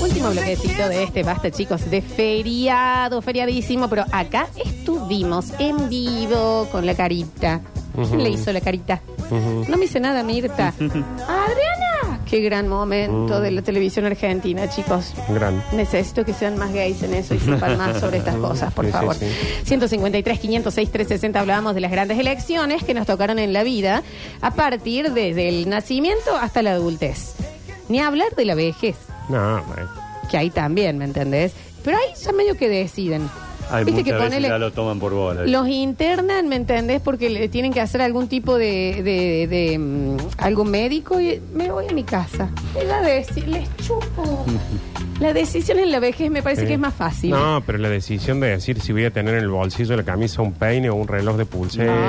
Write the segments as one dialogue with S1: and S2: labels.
S1: último bloquecito de este basta, chicos, de feriado, feriadísimo, pero acá estuvimos en vivo con la carita. ¿Quién le hizo la carita? No me hice nada, Mirta. ¡Adriana! Qué gran momento
S2: Mm.
S1: de la televisión argentina, chicos.
S2: Gran.
S1: Necesito que sean más gays en eso y sepan más sobre estas cosas, por
S2: Sí, sí,
S1: favor.
S2: sí.
S1: 153, 506, 360 hablábamos de las grandes elecciones que nos tocaron en la vida a partir desde el nacimiento hasta la adultez. Ni hablar de la vejez,
S2: No, bueno.
S1: que ahí también, ¿me entendés? Pero ahí ya medio que deciden.
S3: Ay,
S1: Viste
S3: muchas
S1: que
S3: veces
S1: ponele-
S3: ya lo toman por bola.
S1: los internan, ¿me entendés? Porque le tienen que hacer algún tipo de, de, de, mm, algo médico y me voy a mi casa. Es la deci- les chupo. La decisión en la vejez me parece
S2: Sí.
S1: que es más fácil.
S2: Eh, No, pero la decisión de decir si voy a tener en el bolsillo de la camisa un peine o un reloj de pulsera.
S1: No,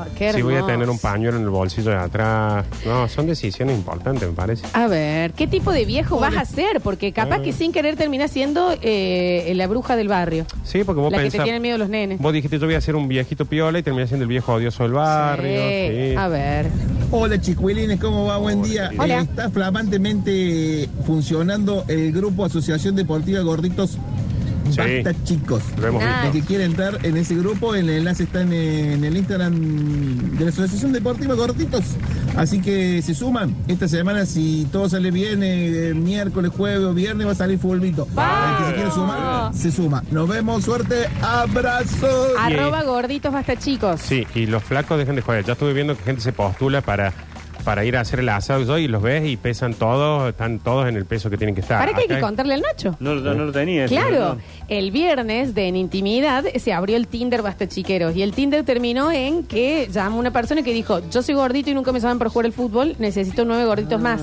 S1: Ah, qué
S2: si eh, voy a
S1: hermoso.
S2: tener un pañuelo en el bolsillo de atrás. No, son decisiones importantes, me parece.
S1: A ver, ¿qué tipo de viejo vas a ser? Porque capaz
S2: Eh.
S1: que sin querer terminás siendo eh, la bruja del barrio.
S2: Sí, porque vos
S1: La que te
S2: pensás-
S1: tiene miedo los nenes.
S2: Vos dijiste, yo voy a ser un viejito piola y terminé siendo el viejo odioso del barrio.
S1: Sí,
S2: sí.
S1: A ver.
S4: Hola chicuelines, ¿cómo va? Buen día.
S1: Hola.
S4: Eh, Está flamantemente funcionando el grupo Asociación Deportiva Gorditos
S2: Sí.
S4: Basta Chicos.
S2: Lo hemos
S1: Nah.
S4: El que quiere entrar en ese grupo, el enlace está en, eh, en el Instagram de la Asociación Deportiva Gorditos. Así que se suman. Esta semana, si todo sale bien, eh, miércoles, jueves o viernes va a salir fulbito.
S1: ¡Vamos!
S4: El que se quiere sumar, se suma. Nos vemos, suerte, abrazos.
S1: Arroba gorditos basta chicos.
S2: Sí, y los flacos dejen de joder. Ya estuve viendo que gente se postula para, para ir a hacer el asado y yo, y los ves y pesan todos, están todos en el peso que tienen que estar.
S1: ¿Para qué hay
S2: Acá
S1: que contarle al Nacho?
S3: No, no, no lo tenía. eso,
S1: Claro,
S3: ¿no?
S1: el viernes de En Intimidad se abrió el Tinder Basta Chiqueros y el Tinder terminó en que llamó una persona que dijo, yo soy gordito y nunca me saben por jugar el fútbol, necesito nueve gorditos
S3: Ah.
S1: más.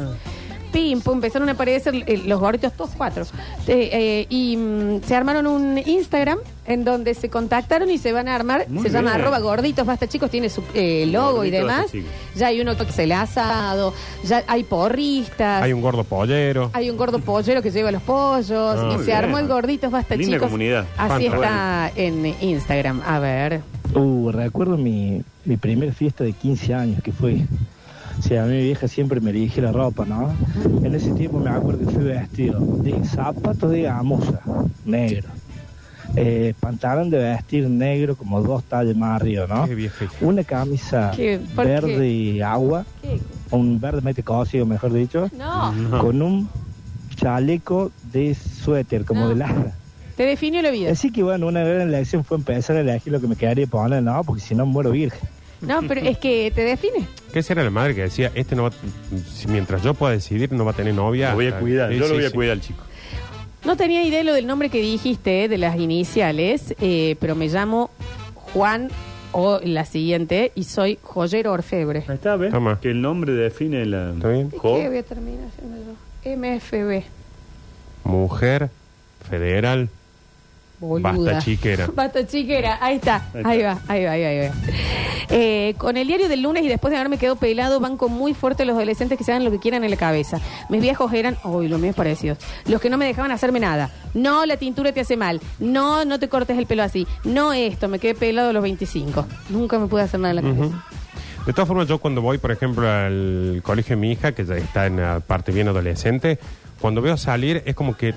S1: Pim, pum, empezaron a aparecer eh, los gorditos, todos cuatro. Eh, eh, y mm, se armaron un Instagram en donde se contactaron y se van a armar,
S3: Muy
S1: se llama
S3: bien.
S1: arroba gorditos, basta chicos, tiene su eh, logo y
S3: Gorditos Basta
S1: demás.
S3: Chicos.
S1: Ya hay uno que se la ha asado, ya hay porristas.
S2: Hay un gordo pollero.
S1: Hay un gordo pollero que lleva los pollos y se
S3: muy Ah, bien.
S1: armó el gorditos basta
S3: Linda
S1: chicos.
S3: comunidad.
S1: Así
S3: Fantástico.
S1: está en Instagram. A ver.
S5: Uh, recuerdo mi, mi primer fiesta de 15 años que fui. O sea, mi vieja siempre me elige la ropa, ¿no? En ese tiempo me acuerdo que fui vestido de zapatos de gamuza, negro. Eh, pantalón de vestir negro como dos talles más arriba, ¿no?
S2: Qué vieja hija.
S5: Una camisa
S1: ¿Qué? ¿Por qué?
S5: verde agua, un verde mete cocido, mejor dicho,
S1: No,
S5: con un chaleco de suéter, como
S1: No.
S5: de lastra.
S1: te definió la vida.
S5: Así que bueno, una gran elección fue empezar a elegir lo que me quedaría poner, no, porque si no muero virgen.
S1: No, pero es que te define.
S2: ¿Qué será la madre que decía, este no va, si mientras yo pueda decidir, no va a tener novia?
S3: Lo voy a
S2: Hasta-
S3: cuidar.
S2: Sí,
S3: Yo lo
S2: sí,
S3: voy a
S2: sí.
S3: cuidar al chico.
S1: No tenía idea lo del nombre que dijiste, eh, de las iniciales, eh, pero me llamo Juan o la siguiente y soy joyero orfebre.
S3: Ahí está, ¿ves?
S2: Toma.
S3: Que el nombre define la.
S2: ¿Está bien?
S1: ¿Y
S3: Jo-
S1: qué voy a terminar siendo yo? MFB.
S2: Mujer, federal,
S1: Boluda.
S2: Basta chiquera.
S1: Basta chiquera, ahí está,
S3: Ahí
S1: ahí
S3: está.
S1: va, ahí va, ahí va. ahí va. Eh, con el diario del lunes y después de haberme quedado pelado, van con muy fuerte los adolescentes que se hagan lo que quieran en la cabeza. Mis viejos eran, uy, los míos parecidos, los que no me dejaban hacerme nada. No, la tintura te hace mal. No, no te cortes el pelo así. No esto, me quedé pelado a los 25. Nunca me pude hacer nada en la cabeza.
S2: De todas formas, yo cuando voy, por ejemplo, al colegio de mi hija, que ya está en la parte bien adolescente, cuando veo salir es como que,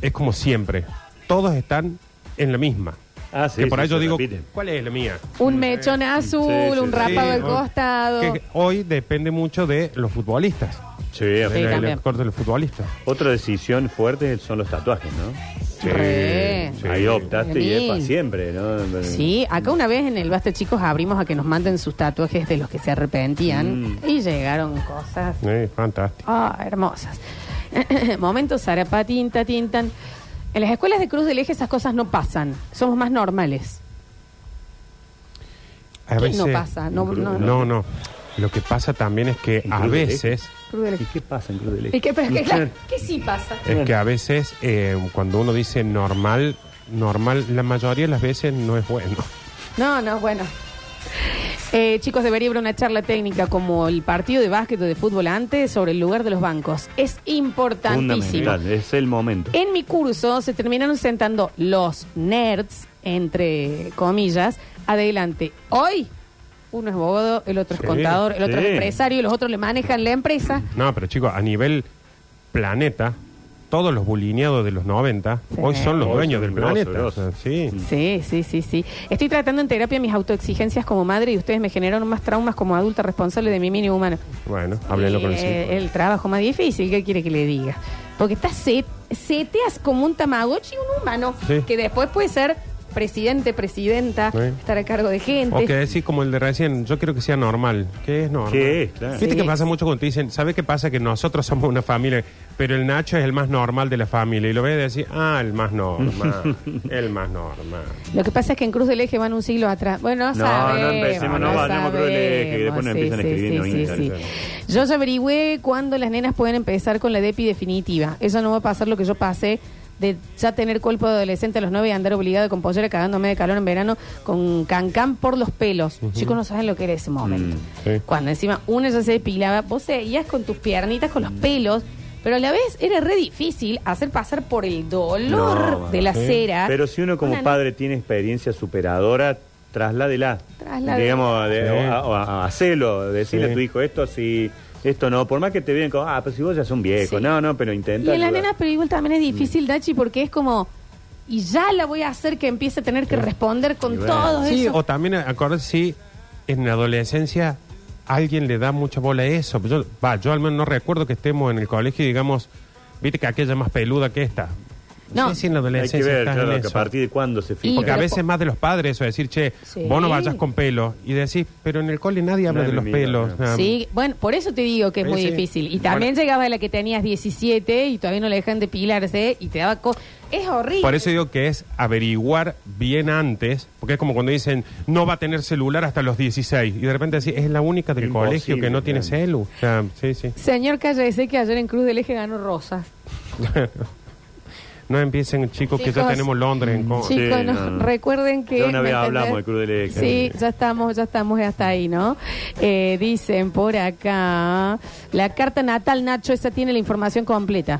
S2: es como siempre, todos están en la misma.
S3: Ah, sí,
S2: que por
S3: sí,
S2: ahí yo
S3: se
S2: digo,
S3: repiten.
S2: ¿cuál es la mía?
S1: Un mechón azul,
S3: Sí, sí,
S1: un
S3: sí.
S1: rapado
S2: Sí,
S1: al
S2: o-
S1: costado.
S2: que hoy depende mucho de los futbolistas.
S3: Sí,
S2: de la-
S1: también.
S2: el corte de los futbolistas.
S3: Otra decisión fuerte son los tatuajes, ¿no?
S1: Re.
S2: Sí.
S3: Ahí optaste y
S1: Sí.
S3: es para siempre, ¿no?
S1: Sí, acá una vez en el Basta Chicos abrimos a que nos manden sus tatuajes de los que se arrepentían y llegaron cosas
S2: Sí, fantástico.
S1: ah, hermosas. Momentos zarapa, tinta, tintan. En las escuelas de Cruz del Eje esas cosas no pasan, somos más normales.
S2: A
S1: ¿Qué no pasa? No, no, no.
S2: No, no. Lo que pasa también es que
S3: ¿En
S2: a
S3: Cruz del Eje?
S2: veces,
S1: Cruz del
S3: ¿Y
S1: Eje.
S3: qué pasa en Cruz del Este? Eje?
S1: ¿Y qué, pero es que, claro, ¿qué sí pasa?
S2: es que a veces eh, cuando uno dice normal, normal, la mayoría de las veces no es bueno.
S1: No, no, bueno. Eh, chicos, debería haber una charla técnica como el partido de básquet o de fútbol antes sobre el lugar de los bancos. Es importantísimo.
S3: Fundamental, es el momento.
S1: En mi curso se terminaron sentando los nerds, entre comillas, adelante. Hoy uno es bodo, el otro es
S2: Sí,
S1: contador, el otro
S3: sí.
S1: es empresario, y los otros le manejan la empresa.
S2: No, pero chicos, a nivel planeta, todos los bulineados de los 90
S1: Sí.
S2: hoy son los
S3: Hoy
S2: dueños
S3: son
S2: del
S3: grosos,
S2: planeta.
S3: grosos.
S2: O sea, sí.
S1: Sí, sí, sí, sí. Estoy tratando en terapia mis autoexigencias como madre y ustedes me generaron más traumas como adulta responsable de mi mini humano.
S2: Bueno, háblenlo con
S1: Eh,
S2: el psicólogo.
S1: el trabajo más difícil, ¿qué quiere que le diga? Porque estás set, seteas como un tamagotchi un humano
S2: Sí.
S1: que después puede ser presidente, presidenta,
S2: Sí.
S1: estar a cargo de gente.
S2: O que decís como el de recién, yo quiero que sea normal. ¿Qué es normal?
S3: ¿Qué es? Claro.
S2: Viste
S1: Sí.
S2: que pasa mucho cuando te dicen, ¿sabes qué pasa? Que nosotros somos una familia, pero el Nacho es el más normal de la familia. Y lo ves y decís, ah, el más normal, el más normal.
S1: Lo que pasa es que en Cruz del Eje van un siglo atrás. Bueno, no,
S3: No, no
S1: sabemos.
S3: empecemos,
S2: no
S3: vayamos a Cruz del Eje, que después nos
S1: sabemos.
S3: empiezan a escribir, no,
S1: sí,
S3: no,
S1: sí. Yo ya averigüé cuándo las nenas pueden empezar con la DEPI definitiva. Eso no va a pasar lo que yo pasé de ya tener cuerpo de adolescente a los nueve y andar obligado con pollera cagándome de calor en verano con cancán por los pelos. Chicos, no saben lo que era ese momento.
S2: Mm, sí.
S1: Cuando encima una ya se depilaba, vos seguías con tus piernitas,
S3: Mm.
S1: con los pelos, pero a la vez era re difícil hacer pasar por el dolor
S3: No,
S1: de la
S2: sí.
S1: cera.
S3: Pero si uno como
S1: Una
S3: padre tiene experiencia superadora, trasládela.
S1: Trasládela.
S3: Digamos, de-
S2: Sí.
S3: o a- o a- a- hacelo, decirle
S2: Sí.
S3: a tu hijo esto sí, esto no. Por más que te vean como, ah, pero si vos ya sos un viejo.
S1: Sí.
S3: No, no, pero
S1: Y
S3: intenta.
S1: en las
S3: ayudar. Mm.
S1: nenas, pero igual también es difícil, Dachi, porque es como. Y ya la voy a hacer que empiece a tener que responder con
S3: Y bueno.
S1: todo
S2: Sí,
S1: eso.
S2: o también acordate si en la adolescencia alguien le da mucha bola a eso. Yo, va, yo al menos no recuerdo que estemos en el colegio y digamos, viste que aquella es más peluda que esta.
S1: No.
S2: sé si en la
S3: Hay
S2: adolescencia
S3: que ver,
S2: estás
S3: claro,
S2: en
S3: que a
S2: eso.
S3: partir de cuándo se
S1: Y-
S3: fija.
S2: Porque a
S1: pero
S2: veces
S1: po-
S2: más de los padres eso, decir, che,
S1: Sí.
S2: vos no vayas con pelo. Y decís, pero en el cole nadie habla
S3: Nadie
S2: de los
S3: mira,
S2: pelos.
S3: claro.
S2: Ah,
S1: Sí, bueno, por eso te digo que es
S2: Sí,
S1: muy
S2: sí.
S1: difícil. Y también llegaba la que tenías 17 y todavía no le dejan depilarse y te daba. co- es horrible.
S2: Por eso digo que es averiguar bien antes, porque es como cuando dicen, no va a tener celular hasta los 16. Y de repente decís, es la única del
S3: Imposible,
S2: colegio que no tiene
S3: claro.
S2: celu. Ah, sí, sí.
S1: Señor Cállese, que ayer en Cruz del Eje ganó Rosas.
S2: No empiecen, chicos, que ya
S1: Chicos. Mm.
S2: tenemos Londres en contra.
S1: Chicos,
S3: Oh, sí,
S1: no,
S3: no, no.
S1: recuerden que.
S3: Ya una
S1: ¿me
S3: vez
S1: entendés?
S3: hablamos de Cruz del Eje.
S1: Sí, ya estamos, ya estamos hasta ahí, ¿no? Eh, dicen por acá. La carta natal, Nacho, esa tiene la información completa.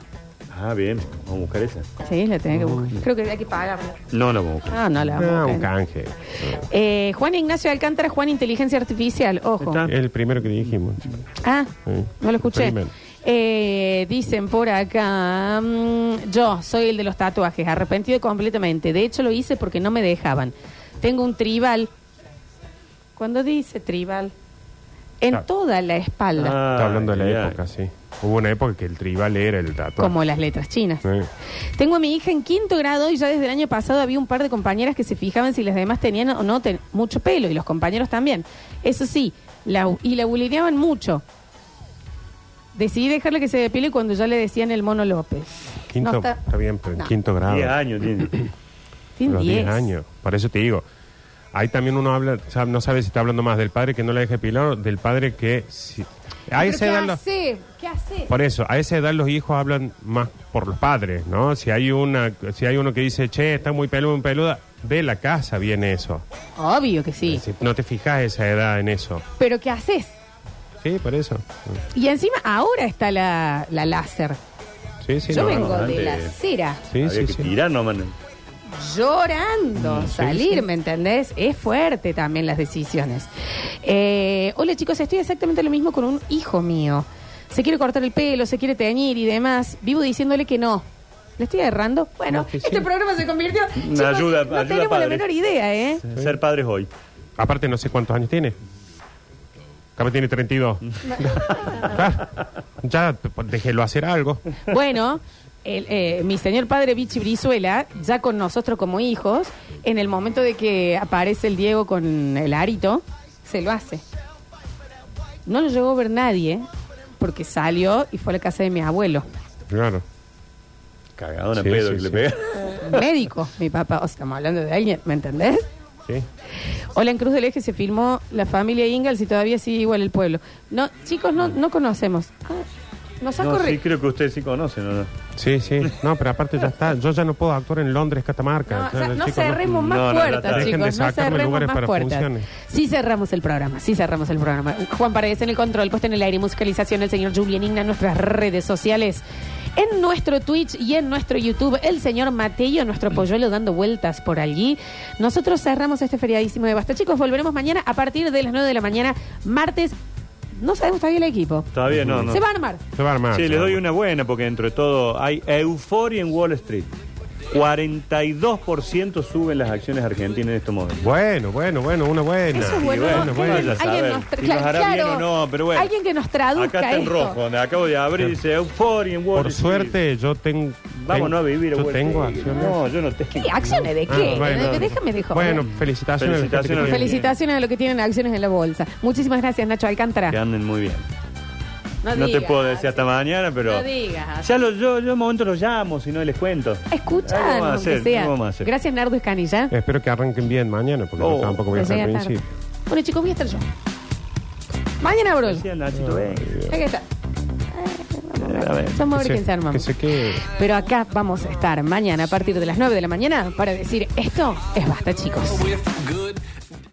S3: Ah, bien. Vamos a buscar esa.
S1: Sí, la tenés que buscar. Creo que hay que pagarla.
S3: No, no vamos a buscar.
S1: Ah, no la vamos a
S2: Ah, un
S1: buscar.
S2: canje.
S1: Eh, Juan Ignacio Alcántara, Juan Inteligencia Artificial, ojo.
S3: Está.
S2: El primero que dijimos.
S1: Ah,
S2: Sí.
S1: no lo escuché.
S2: Experimento.
S1: Eh, dicen por acá, mm, yo soy el de los tatuajes, arrepentido completamente. De hecho, lo hice porque no me dejaban. Tengo un tribal. ¿Cuándo dice tribal? En
S2: Ah.
S1: toda la espalda,
S3: Ah,
S2: Está hablando de la
S3: mirá.
S2: época, sí. Hubo una época que el tribal era el tatuaje.
S1: como las letras chinas.
S2: Sí.
S1: Tengo a mi hija en quinto grado y ya desde el año pasado había un par de compañeras que se fijaban si las demás tenían o no ten- mucho pelo y los compañeros también. Eso sí, la, y la bulineaban mucho. Decidí dejarle que se depile cuando ya le decían el mono López.
S2: Quinto,
S1: No
S2: está...
S1: está-
S2: bien, pero en
S1: No.
S2: quinto grado.
S3: 10 años tiene.
S1: Tiene
S2: los 10
S1: diez.
S2: años. Por eso te digo. Ahí también uno habla, o sea, no sabe si está hablando más del padre que no le deje pilar o del padre que. Si, a
S1: Pero
S2: esa
S1: ¿Qué
S2: edad los-
S1: hace? ¿Qué hace?
S2: por eso, a esa edad los hijos hablan más por los padres, ¿no? Si hay una, si hay uno que dice, che, está muy peludo, muy peluda, de la casa viene eso.
S1: Obvio que sí.
S2: Si no te fijas a esa edad en eso.
S1: Pero ¿qué haces?
S2: Sí, por eso.
S1: Y encima ahora está la, la láser.
S2: Sí, sí,
S1: Yo
S2: no,
S1: vengo
S2: no.
S3: no,
S1: de la
S3: antes-
S1: cera.
S2: Sí,
S3: Había
S2: sí,
S3: que
S2: sí.
S3: tirar nomás.
S1: llorando
S2: Mm, sí,
S1: salir,
S2: sí.
S1: ¿me entendés? Es fuerte también las decisiones. Eh, hola chicos, estoy exactamente lo mismo con un hijo mío. Se quiere cortar el pelo, se quiere teñir y demás. Vivo diciéndole que no. ¿Le estoy errando? Bueno,
S2: No, que sí.
S1: este programa se convirtió.
S3: Una
S1: Chicos,
S3: ayuda-
S1: no
S3: ayuda
S1: tenemos la
S3: padre.
S1: menor idea, ¿eh?
S3: Ser padres hoy.
S2: Aparte, no sé cuántos años tiene. Capaz tiene 32. Ah, ya, p- déjelo hacer algo.
S1: Bueno, el, eh, mi señor padre Vichy Brizuela, ya con nosotros como hijos, en el momento de que aparece el Diego con el arito, se lo hace. No lo llegó a ver nadie, porque salió y fue a la casa de mi abuelo.
S2: Claro.
S3: Cagadona
S2: Sí,
S3: pedo
S2: sí,
S3: que le
S2: sí.
S3: pega.
S1: Médico, mi papá. O sea, estamos hablando de alguien, ¿me entendés?
S2: Sí.
S1: Hola, en Cruz del Eje se filmó la familia Ingalls y todavía sigue igual el pueblo. No, chicos, no, no conocemos. Ah, nos ha
S3: No, sí,
S1: corrido.
S3: creo que ustedes sí conocen, ¿o no?
S2: Sí, sí. No, pero aparte ya está. Yo ya no puedo actuar en Londres, Catamarca.
S1: No,
S2: Ya,
S1: o sea, no
S2: chicos,
S1: cerremos más
S3: No, no, no,
S1: puertas,
S3: no, no.
S2: Dejen de
S1: chicos. No
S2: sacarme
S1: cerremos
S2: lugares
S1: más
S2: para
S1: puertas.
S2: funciones.
S1: Sí cerramos el programa, sí cerramos el programa. Juan Paredes en el control, puesto en el aire, musicalización, el señor Julián Igna en nuestras redes sociales. En nuestro Twitch y en nuestro YouTube, el señor Mateo, nuestro polluelo, dando vueltas por allí. Nosotros cerramos este feriadísimo de Basta. Chicos, volveremos mañana a partir de las 9 de la mañana, martes No sabemos todavía el equipo.
S3: Todavía no, no.
S1: Se va a armar.
S2: Se va a armar.
S3: Sí,
S2: Ah, se
S3: le
S2: va a
S3: doy
S2: armar.
S3: una buena porque entre todo hay euforia en Wall Street. 42% suben las acciones argentinas en estos momentos.
S2: Bueno, bueno, bueno, una buena.
S1: Eso es
S2: Y
S1: bueno.
S3: bueno, bueno,
S1: alguien,
S3: ya
S1: alguien
S3: saben.
S1: nos tra-
S3: Si los hará bien
S1: claro,
S3: o no, pero bueno.
S1: Alguien que nos traduzca
S3: Acá está en
S1: esto.
S3: rojo, donde acabo de abrir, dice euforia en Wall
S2: Por
S3: Street.
S2: suerte yo tengo...
S3: Vámonos a
S2: tengo-
S3: vivir a
S2: Yo
S3: Wall
S2: tengo
S3: Street.
S2: acciones.
S3: No, yo no tengo.
S1: ¿Qué? ¿Acciones de qué?
S2: Ah, bueno.
S1: Déjame de joder.
S2: Bueno, felicitaciones. a la gente que
S3: Felicitaciones.
S2: tiene-
S1: Felicitaciones a los que tienen acciones en la bolsa. Muchísimas gracias, Nacho Alcántara.
S3: Que anden muy bien. No, te
S1: digas.
S3: puedo decir hasta mañana, pero.
S1: No digas.
S3: Ya lo, yo, yo en momento los llamo, si no les cuento. Algo
S1: Escucha,
S3: vamos a hacer, algo vamos a hacer. Eh,
S1: Gracias, Nardo Escanilla.
S2: Espero que arranquen bien mañana, porque
S3: Oh.
S2: yo tampoco voy
S1: Que
S2: a estar al
S1: llega tarde.
S2: principio.
S1: Bueno, chicos, voy a estar yo. Mañana, bro.
S3: Decía Nachito, ven.
S1: Aquí está.
S3: A ver.
S1: Somos a ver
S2: Que
S1: quién
S2: se,
S1: se arma.
S2: que se quede.
S1: Pero acá vamos a estar mañana a partir de las 9 de la mañana para decir esto es basta, chicos.
S6: with good